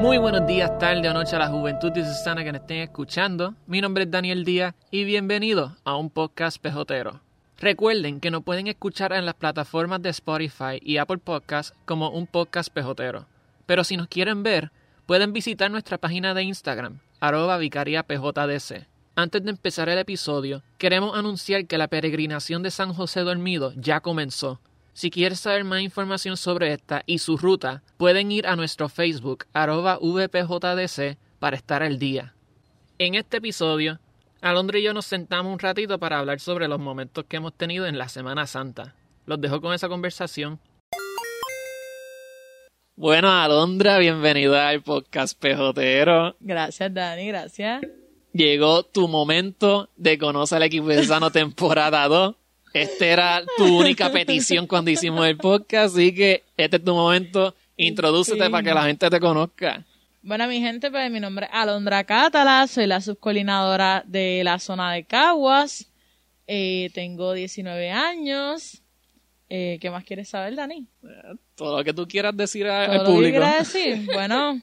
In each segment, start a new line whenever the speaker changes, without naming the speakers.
Muy buenos días, tarde o noche a la juventud diocesana que nos estén escuchando. Mi nombre es Daniel Díaz y bienvenidos a un podcast pejotero. Recuerden que nos pueden escuchar en las plataformas de Spotify y Apple Podcasts como un podcast pejotero. Pero si nos quieren ver, pueden visitar nuestra página de Instagram, arroba vicariapjdc. Antes de empezar el episodio, queremos anunciar que la peregrinación de San José Dormido ya comenzó. Si quieres saber más información sobre esta y su ruta, pueden ir a nuestro Facebook arroba vpjdc para estar al día. En este episodio, Alondra y yo nos sentamos un ratito para hablar sobre los momentos que hemos tenido en la Semana Santa. Los dejo con esa conversación. Bueno, Alondra, bienvenida al podcast Pejotero.
Gracias, Dani, gracias.
Llegó tu momento de conocer al equipo de Sano temporada 2. Esta era tu única petición cuando hicimos el podcast, así que este es tu momento. Introdúcete
Sí.
para que la gente te conozca.
Bueno, mi gente, pues mi nombre es Alondra Catala, soy la subcoordinadora de la zona de Caguas, eh, tengo 19 años. Eh, ¿Qué más quieres saber, Dani?
Todo lo que tú quieras decir a-
¿Todo
al
lo que
público.
quieras decir? Bueno,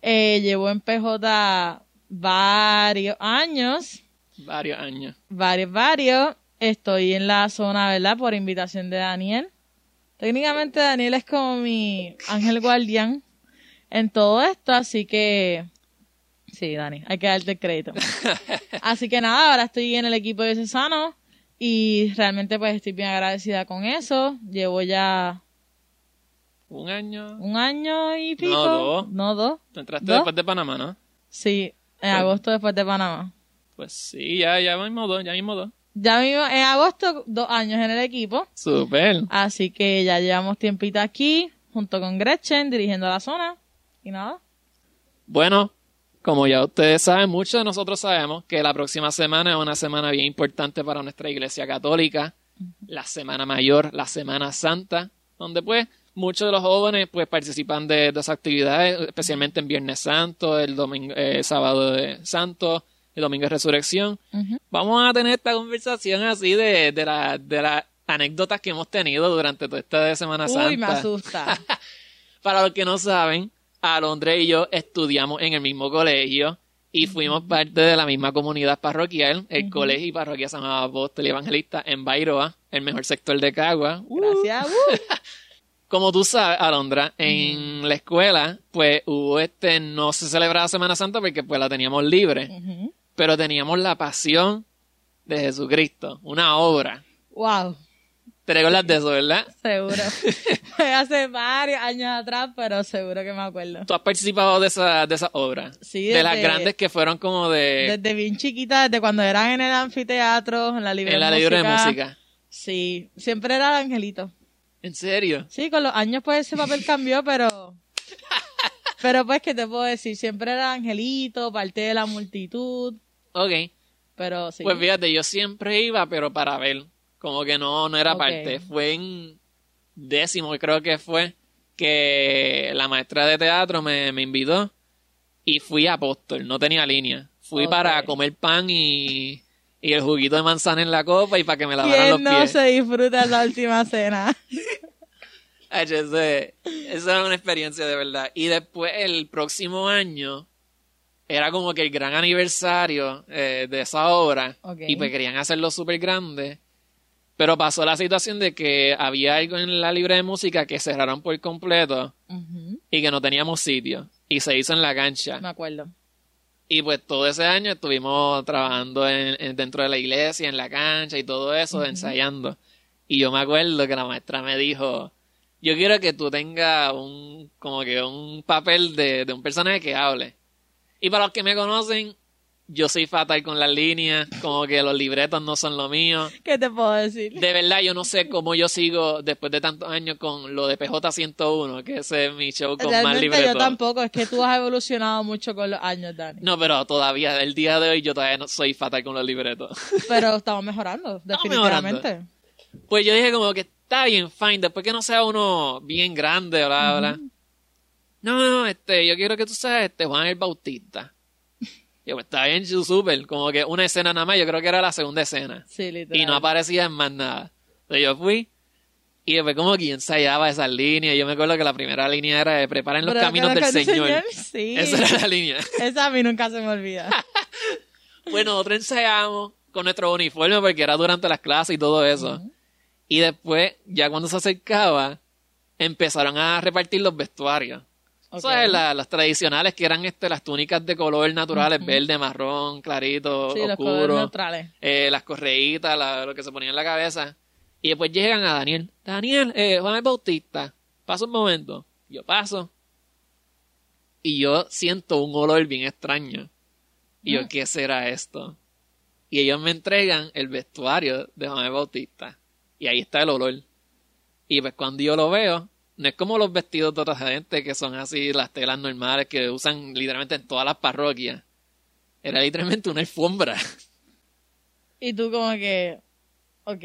eh, llevo en PJ varios años,
Varios años.
varios, varios. Estoy en la zona, ¿verdad? Por invitación de Daniel. Técnicamente Daniel es como mi ángel guardián en todo esto, así que... Sí, Dani, hay que darte el crédito. Así que nada, ahora estoy en el equipo de Cesano y realmente pues estoy bien agradecida con eso. Llevo ya
Un año.
un año y pico.
dos.
No, dos.
Tú entraste
¿Dos?
después de Panamá, ¿no?
Sí, en agosto después de Panamá.
Pues sí, ya, ya mismo dos, ya mismo dos.
Ya mismo, en agosto, dos años en el equipo.
Super.
Así que ya llevamos tiempito aquí, junto con Gretchen, dirigiendo la zona. Y nada.
Bueno, como ya ustedes saben, muchos de nosotros sabemos que la próxima semana es una semana bien importante para nuestra Iglesia Católica, la Semana Mayor, la Semana Santa, donde pues muchos de los jóvenes pues participan de, de esas actividades, especialmente en Viernes Santo, el domingo, eh, sábado de Santo, el domingo de Resurrección.
Ujú.
Vamos a tener esta conversación así de, de la- de las anécdotas que hemos tenido durante toda esta Semana Santa.
Uy, me asusta.
Para los que no saben, Alondra y yo estudiamos en el mismo colegio y fuimos parte de la misma comunidad parroquial, el colegio y parroquia San Apóstol y Evangelista en Bairoa, el mejor sector de Cagua. Uh,
Gracias. uh.
Como tú sabes, Alondra, en la escuela, pues hubo este, no se celebraba Semana Santa porque pues la teníamos libre,
Ujú.
pero teníamos la pasión de Jesucristo, una obra.
Wow,
Te recuerdas de eso, ¿verdad?
seguro. Fue Hace varios años atrás, pero seguro que me acuerdo.
Tú has participado de esa, de esa obra.
Sí,
de las
desde-
grandes que fueron como de...
Desde bien chiquita, desde cuando eran en el anfiteatro, en la libre
en la libre de música.
Sí, siempre era el angelito.
¿En serio?
Sí, con los años pues ese papel cambió, pero... Pero pues, ¿qué te puedo decir? Siempre era angelito, parte de la multitud,
Ok.
pero sí.
Pues fíjate, yo siempre iba, pero para ver. Como que no, no era
Ok.
parte. Fue en décimo, creo que fue, que la maestra de teatro me, me invitó y fui a apóstol, no tenía línea. Fui
Ok.
para comer pan y, y el juguito de manzana en la copa y para que me lavaran los
¿Quién no
pies.
se disfruta la última cena?
Ay, yo sé. Esa era una experiencia de verdad. Y después el próximo año era como que el gran aniversario eh, de esa obra
Ok.
y pues querían hacerlo súper grande. Pero pasó la situación de que había algo en la libre de música que cerraron por completo
Ujú,
y que no teníamos sitio. Y se hizo en la cancha.
Me acuerdo.
Y pues todo ese año estuvimos trabajando en, en- dentro de la iglesia, en la cancha y todo eso, ensayando. Y yo me acuerdo que la maestra me dijo, yo quiero que tú tengas un, como que un papel de, de un personaje que hable. Y para los que me conocen, yo soy fatal con las líneas, como que los libretos no son lo mío.
¿Qué te puedo decir?
De verdad, yo no sé cómo yo sigo después de tantos años con lo de PJ101, que ese es mi show con más
Realmente
libretos.
yo tampoco, es que tú has evolucionado mucho con los años, Dani.
No, pero todavía, el día de hoy, yo todavía no soy fatal con los libretos.
Pero estamos mejorando,
mejorando.
definitivamente.
Pues yo dije como que está bien, fine, después que no sea uno bien grande, bla, bla. No, no, no, este, yo quiero que tú seas este Juan el Bautista. Yo, pues está bien, su- súper, como que una escena nada más, yo creo que era la segunda escena.
Sí, literal.
Y no aparecía en más nada. Entonces yo fui, Y después como que yo ensayaba esas líneas. Yo me acuerdo que la primera línea era de preparen los caminos del Señor.
Sí.
Esa era la línea.
Esa a mí nunca se me olvida.
Bueno, Pues nosotros ensayábamos con nuestro uniforme porque era durante las clases y todo eso. Y después, ya cuando se acercaba, empezaron a repartir los vestuarios.
Ok.
¿Sabes? La- las tradicionales que eran este, las túnicas de color naturales, verde, marrón, clarito,
Sí, los colores
oscuro.
neutrales.
eh, las correitas, la- lo que se ponía en la cabeza. Y después llegan a Daniel. Daniel, eh, Juan el Bautista, pasa un momento. Yo paso. Y yo siento un olor bien extraño. Y yo, ¿qué será esto? Y ellos me entregan el vestuario de Juan el Bautista. Y ahí está el olor. Y pues cuando yo lo veo, no es como los vestidos de otra gente que son así, las telas normales que usan literalmente en todas las parroquias. Era literalmente una alfombra.
Y tú como que, ok.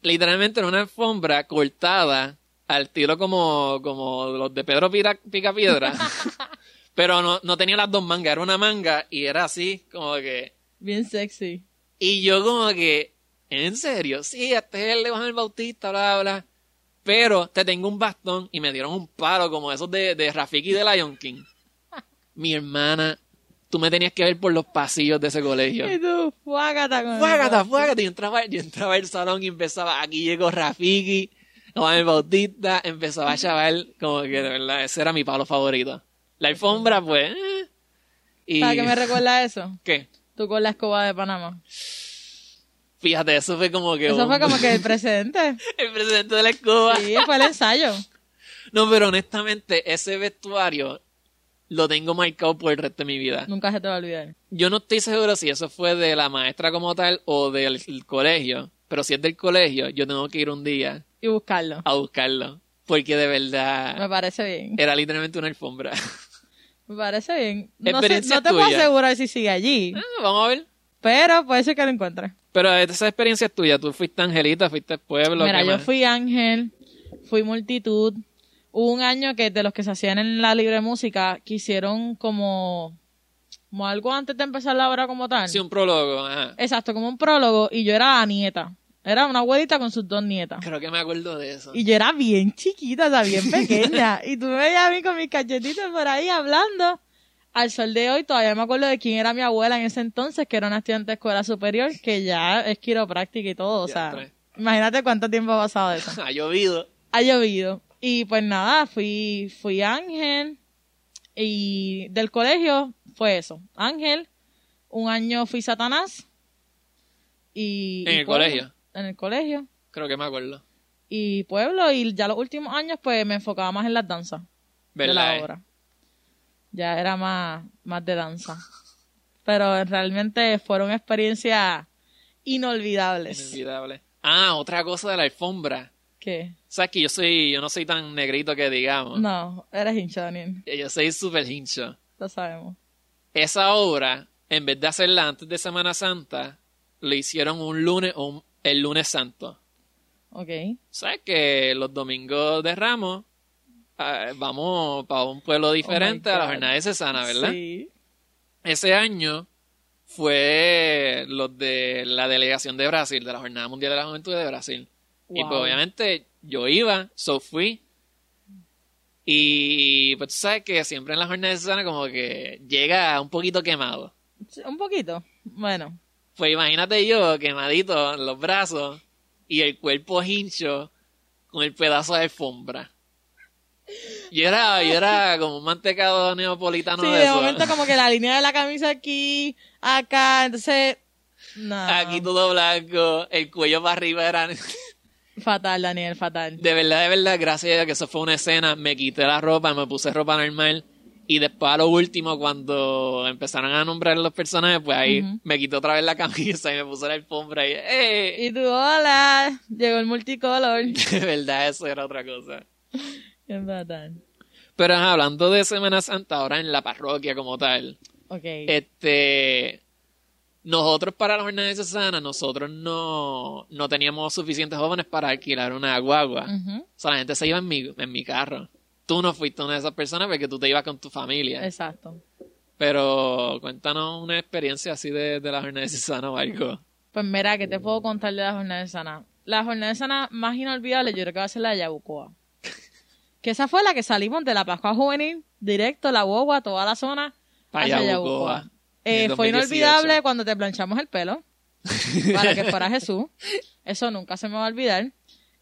literalmente era una alfombra cortada al tiro como, como los de Pedro Pira- Picapiedra. Pero no, no tenía las dos mangas, era una manga y era así, como que.
Bien sexy.
Y yo, como que. ¿En serio? Sí, este es el de Juan el Bautista, bla, bla. Pero te tengo un bastón y me dieron un palo como esos de, de Rafiki de Lion King. Mi hermana, tú me tenías que ver por los pasillos de ese colegio.
Y tú, fuácata con
¡Fuágata, fuágata! Yo entraba, yo entraba al salón y empezaba, aquí llegó Rafiki, Juan el Bautista, empezaba a chaval, como que de verdad, ese era mi palo favorito. La alfombra, pues, eh, y...
¿Sabes qué me recuerda eso?
¿Qué?
Tú con la escoba de Panamá.
Fíjate, eso fue como que...
Eso
un-
fue como que el precedente.
El presidente de la escoba.
Sí, fue el ensayo.
No, pero honestamente, ese vestuario lo tengo marcado por el resto de mi vida.
Nunca se te va a olvidar.
Yo no estoy seguro si eso fue de la maestra como tal o del colegio, pero si es del colegio, yo tengo que ir un día
Y buscarlo.
a buscarlo. Porque de
Me
verdad
parece bien.
era literalmente una alfombra.
Me parece bien. No, sé-
Experiencia
no te puedo
tuya.
asegurar si sigue allí.
Ah, Vamos a ver.
Pero puede ser que lo encuentre.
Pero esa experiencia es tuya. Tú fuiste Angelita, fuiste al pueblo.
Mira,
¿qué
yo
más?
fui ángel, fui multitud. Hubo un año que de los que se hacían en la libre música, que hicieron como, como algo antes de empezar la obra como tal.
Sí, un prólogo. ajá.
Exacto, como un prólogo, y yo era la nieta. Era una abuelita con sus dos nietas.
Creo que me acuerdo de eso.
Y yo era bien chiquita, o sea, bien pequeña. y tú me veías a mí con mis cachetitos por ahí hablando. Al sol de hoy todavía me acuerdo de quién era mi abuela en ese entonces, que era una estudiante de escuela superior, que ya es quiropráctica y todo. O sea,
Diantre.
imagínate cuánto tiempo ha pasado de eso.
Ha llovido.
Ha llovido. Y pues nada, fui, fui Ángel. Y del colegio fue eso. Ángel. Un año fui Satanás. Y,
¿En
y
el
Pueblo.
colegio?
En el colegio.
Creo que me acuerdo.
Y pueblo. Y ya los últimos años pues me enfocaba más en las danzas. De
¿Verdad?
la
eh?
obra. Ya era más, más de danza. Pero realmente fueron experiencias inolvidables.
Inolvidable. Ah, otra cosa de la alfombra.
¿Qué?
Sabes que yo soy, yo no soy tan negrito que digamos. Eh,
No, eres hincha, Daniel.
Yo soy súper hincho.
Lo sabemos.
Esa obra, en vez de hacerla antes de Semana Santa, lo hicieron un lunes o un- el lunes santo.
Ok.
¿Sabes que los domingos de Ramos ah, vamos para un pueblo diferente a la
Oh God.
jornada de Cesana, Ah, ¿verdad?
Sí.
Ese año fue los de la delegación de Brasil, de la Jornada Mundial de la Juventud de Brasil. Y
Wow.
pues obviamente yo iba, so fui. Y pues tú sabes que siempre en la jornada de Cesana como que llega un poquito quemado.
Un poquito. Bueno,
Pues imagínate yo quemadito en los brazos y el cuerpo hincho con el pedazo de alfombra. Yo era, yo era como un mantecado neapolitano
sí,
Ah, de,
de
eso.
momento como que la línea de la camisa aquí, acá, entonces, no,
Aquí todo blanco, el cuello para arriba era... De
fatal, Daniel, fatal.
verdad, de verdad, gracias a Dios que eso fue una escena. Me quité la ropa, me puse ropa normal. Y después a lo último, cuando empezaron a nombrar los personajes, pues ahí me quité otra vez la camisa y me puse la alfombra y... ¡Eh!
Y tú, hola, llegó el multicolor.
De verdad, eso era otra cosa.
Qué fatal.
Pero ajá, hablando de Semana Santa, ahora en la parroquia como tal,
Ok.
este, nosotros para la jornada de Cesana, nosotros no, no teníamos suficientes jóvenes para alquilar una guagua.
Ujú,
O sea, la gente se iba en mi, en mi carro. Tú no fuiste una de esas personas porque tú te ibas con tu familia.
Exacto.
Pero cuéntanos una experiencia así de, de la jornada de Cesana o algo.
Pues mira, que te puedo contar de la jornada de sana? la jornada de sana más inolvidable yo creo que va a ser la de Yabucoa. Que esa fue la que salimos de la Pascua Juvenil, directo, la guagua, toda la zona,
Pa'
hacia
Yabucoa.
Yabucoa. Eh,
En el 2018.
fue inolvidable cuando te planchamos el pelo, para que fuera Jesús. Eso nunca se me va a olvidar.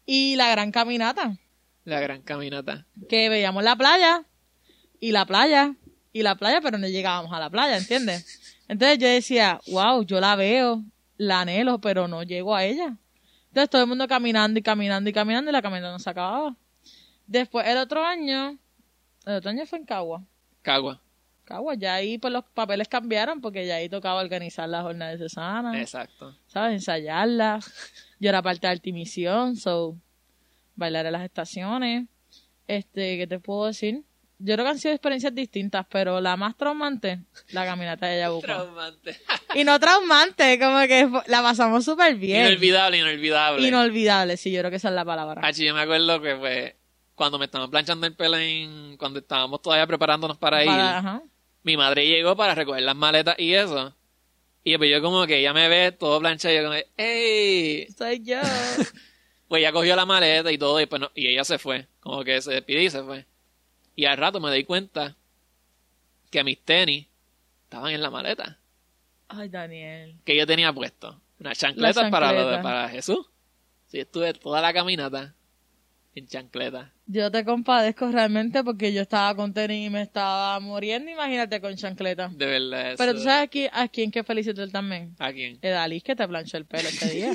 Y la gran caminata,
La gran caminata.
que veíamos la playa, y la playa, y la playa, pero no llegábamos a la playa, ¿entiendes? Entonces yo decía, wow, yo la veo, la anhelo, pero no llego a ella. Entonces todo el mundo caminando y caminando y caminando y la caminata no se acababa. Después el otro año, el otro año fue en Cagua.
Cagua.
Cagua, ya ahí pues los papeles cambiaron porque ya ahí tocaba organizar la jornada de Susana,
Exacto.
¿sabes? Ensayarla. Yo era parte de Artimisión, so bailar a las estaciones. Este, ¿qué te puedo decir? Yo creo que han sido experiencias distintas, pero la más traumante, la caminata de Yabucoa.
Traumante.
y no traumante, como que fue- la pasamos súper bien.
Inolvidable, inolvidable.
Inolvidable, sí, yo creo que esa es la palabra.
Ah, sí, yo me acuerdo que fue cuando me estaban planchando el pelo en- cuando estábamos todavía preparándonos para ir.
Para- ajá.
mi madre llegó para recoger las maletas y eso. Y pues yo como que ella me ve todo planchado y yo como, ¡Ey!
Soy yo.
Pues ella cogió la maleta y todo y, pues no- y ella se fue. Como que se despidió y se fue. Y al rato me di cuenta que mis tenis estaban en la maleta
Ay, Daniel.
que yo tenía puesto. Unas chancletas para, lo de-
chancletas.
para Jesús. Sí, estuve toda la caminata en chancletas.
Yo te compadezco realmente porque yo estaba con tenis y me estaba muriendo, imagínate, con chancleta.
De verdad.
Pero
eso-
tú sabes aquí, a quién que felicitar también.
¿A quién?
Edalís que te planchó el pelo este día.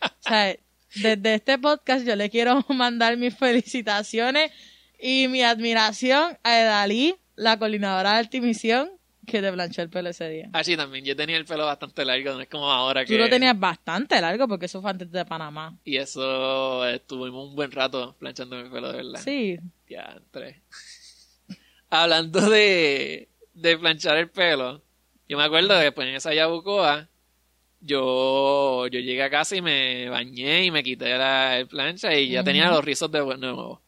o sea, desde este podcast yo le quiero mandar mis felicitaciones y mi admiración a Edalí, la coordinadora de Artimisión, que te planchó el pelo ese día.
Ah, sí, también. Yo tenía el pelo bastante largo, no es como ahora que...
Tú lo tenías bastante largo porque eso fue antes de Panamá.
Y eso estuvimos un buen rato planchando mi pelo, de verdad.
Sí,
Diantre. Hablando de, de planchar el pelo, yo me acuerdo que después en esa Yabucoa, yo, yo llegué a casa y me bañé y me quité la el plancha y ya tenía los rizos de bu- nuevo.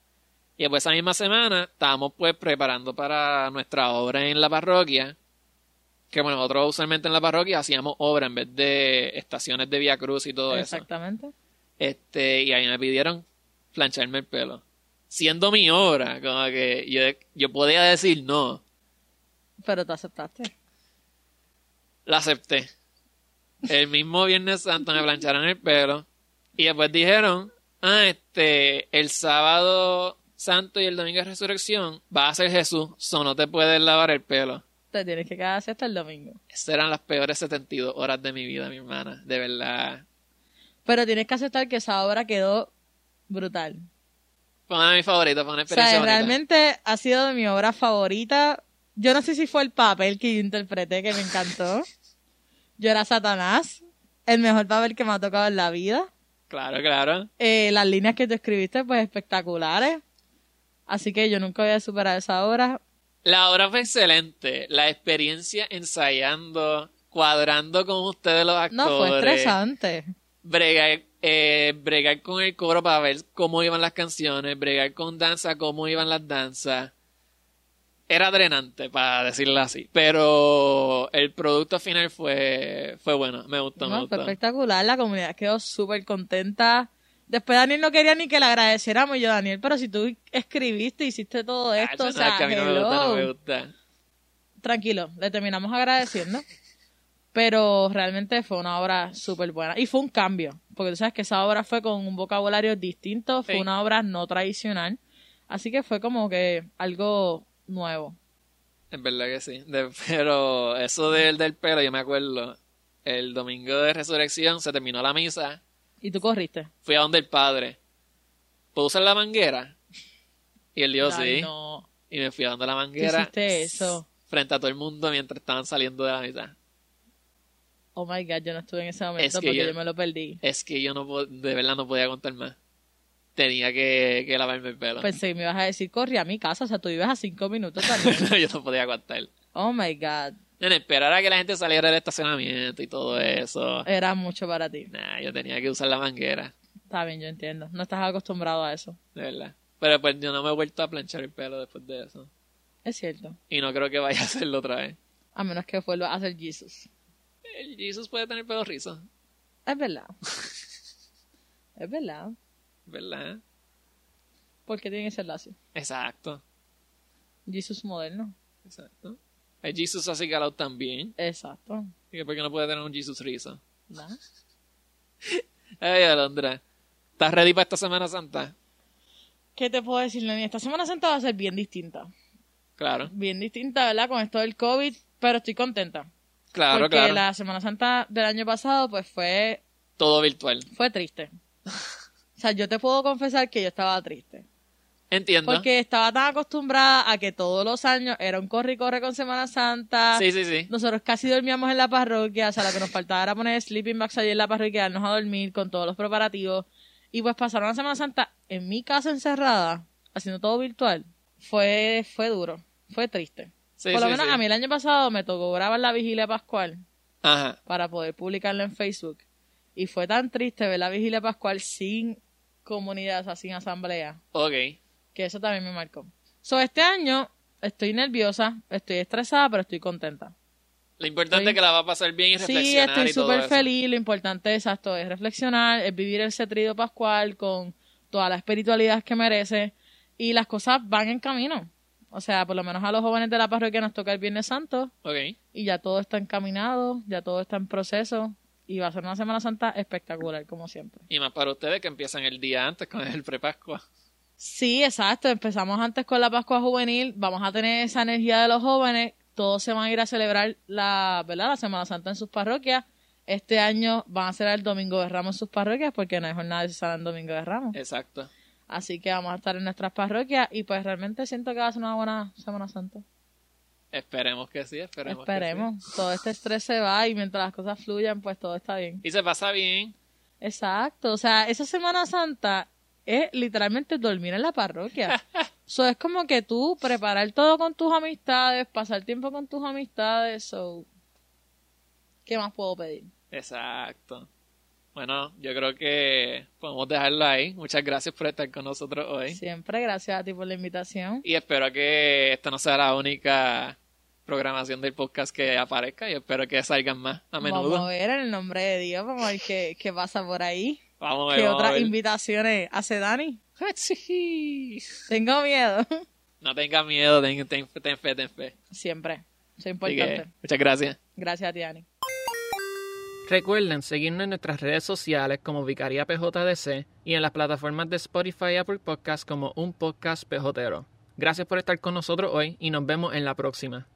Y después esa misma semana estábamos pues preparando para nuestra obra en la parroquia. Que bueno, nosotros usualmente en la parroquia hacíamos obra en vez de estaciones de Vía Cruz y todo eso.
exactamente.
Este, y ahí me pidieron plancharme el pelo. Siendo mi obra, como que yo, yo podía decir no.
Pero tú aceptaste.
La acepté. El mismo Viernes Santo me plancharon el pelo. Y después dijeron, ah, este, el sábado santo y el domingo de resurrección va a ser Jesús, so no te puedes lavar el pelo.
Te tienes que quedar así hasta el domingo.
Esas eran las peores 72 horas de mi vida, mi hermana. De verdad.
Pero tienes que aceptar que esa obra quedó brutal.
Fue una de mis favoritas, fue una
O sea,
experiencia bonita.
realmente ha sido de mi obra favorita. Yo no sé si fue el papel que yo interpreté que me encantó. Yo era Satanás, el mejor papel que me ha tocado en la vida.
Claro, claro.
Eh, las líneas que tú escribiste, pues espectaculares. Así que yo nunca voy a superar esa obra.
La obra fue excelente. La experiencia ensayando, cuadrando con ustedes los actores.
No, fue estresante.
Bregar, eh, bregar con el coro para ver cómo iban las canciones, bregar con danza, cómo iban las danzas. Era drenante, para decirlo así. Pero el producto final fue, fue bueno. Me gustó, me
No, fue
gustó.
espectacular. La comunidad quedó súper contenta. Después Daniel no quería ni que le agradeciéramos. Y Yo, Daniel, pero si tú escribiste, hiciste todo
Ah,
esto,
no,
o sea,
es que a mí no me gusta, no me
hello.
gusta.
tranquilo, le terminamos agradeciendo. Pero realmente fue una obra súper buena. Y fue un cambio, porque tú sabes que esa obra fue con un vocabulario distinto, fue
Sí.
una obra no tradicional. Así que fue como que algo nuevo.
En verdad que sí. De- pero eso del, del pelo, yo me acuerdo. El domingo de resurrección se terminó la misa.
Y tú corriste.
fui a donde el padre. ¿Puedo usar la manguera? Y él dijo
Ay,
sí.
no.
Y me fui a donde la manguera.
hiciste eso?
Frente a todo el mundo mientras estaban saliendo de la misa.
Oh my god, yo no estuve en ese momento
Es que
porque
yo-
yo... me lo perdí.
Es que yo no po- de verdad no podía contar más. Tenía que, que lavarme el pelo.
Pensé que me ibas a decir, corrí a mi casa, o sea, tú ibas a cinco minutos también.
No, yo no podía aguantar.
oh my god,
En esperar a que la gente saliera del estacionamiento y todo eso.
era mucho para ti.
Nah, yo tenía que usar la manguera.
Está bien, yo entiendo. No estás acostumbrado a eso.
De verdad. Pero pues yo no me he vuelto a planchar el pelo después de eso.
Es cierto.
Y no creo que vaya a hacerlo otra vez.
A menos que vuelva a hacer Jesus.
El Jesus puede tener pelo rizo.
Es verdad. Es Es verdad.
¿Verdad?
Porque tiene que ser así.
Exacto.
Jesus moderno.
Exacto. Hay Jesus así calado también.
Exacto.
¿Y que por qué no puede tener un Jesus risa?
¿Verdad?
Ay, Alondra. ¿Estás ready para esta Semana Santa?
¿Qué te puedo decir, Nani? Esta Semana Santa va a ser bien distinta.
Claro.
Bien distinta, ¿verdad? Con esto del COVID, pero estoy contenta.
Claro,
porque
claro.
la Semana Santa del año pasado, pues fue,
Todo virtual.
fue triste. O sea, yo te puedo confesar que yo estaba triste.
Entiendo.
Porque estaba tan acostumbrada a que todos los años era un corre y corre con Semana Santa.
Sí, sí, sí.
Nosotros casi dormíamos en la parroquia, o sea, lo que nos faltaba era poner sleeping bags allí en la parroquia, darnos a dormir con todos los preparativos. Y pues pasar una Semana Santa en mi casa encerrada, haciendo todo virtual, fue, fue duro, fue triste.
Sí,
Por lo
sí,
menos
sí.
a mí el año pasado me tocó grabar la vigilia pascual
Ajá.
para poder publicarla en Facebook. Y fue tan triste ver la vigilia pascual sin comunidad, o sea, sin asamblea,
Ok.
que eso también me marcó. So, este año estoy nerviosa, estoy estresada, pero estoy contenta.
Lo importante
Estoy-
es que la va a pasar bien y
Sí,
reflexionar
estoy
y todo
súper
eso.
feliz. Lo importante, exacto, es reflexionar, es vivir el cetrido pascual con toda la espiritualidad que merece. Y las cosas van en camino. O sea, por lo menos a los jóvenes de la parroquia nos toca el Viernes Santo
Ok.
y ya todo está encaminado, ya todo está en proceso y va a ser una Semana Santa espectacular, como siempre.
Y más para ustedes que empiezan el día antes con el prepascua.
Sí, exacto. Empezamos antes con la Pascua Juvenil, vamos a tener esa energía de los jóvenes, todos se van a ir a celebrar la, ¿verdad? la Semana Santa en sus parroquias. Este año van a ser el Domingo de Ramos en sus parroquias porque no hay jornada de Susana en Domingo de Ramos.
Exacto.
Así que vamos a estar en nuestras parroquias y pues realmente siento que va a ser una buena Semana Santa.
Esperemos que sí, esperemos.
Esperemos.
que
Todo este estrés se va y mientras las cosas fluyan, pues todo está bien.
sí. Y se pasa bien.
Exacto, o sea, esa Semana Santa es literalmente dormir en la parroquia. so, es como que tú preparar todo con tus amistades, pasar tiempo con tus amistades, so, ¿qué más puedo pedir?
Exacto. Bueno, yo creo que podemos dejarlo ahí. Muchas gracias por estar con nosotros hoy.
Siempre gracias a ti por la invitación.
Y espero que esta no sea la única programación del podcast que aparezca y espero que salgan más a menudo.
Vamos a ver en el nombre de Dios, vamos a ver qué, qué pasa por ahí.
Vamos a ver.
¿Qué
vamos a
otras
ver.
invitaciones hace Dani?
Achí.
Tengo miedo.
No tengas miedo, ten, ten, ten fe, ten fe.
Siempre, eso es
Así
importante.
que, muchas gracias.
Gracias a ti, Dani.
Recuerden seguirnos en nuestras redes sociales como Vicaría PJDC y en las plataformas de Spotify y Apple Podcasts como Un Podcast Pejotero. Gracias por estar con nosotros hoy y nos vemos en la próxima.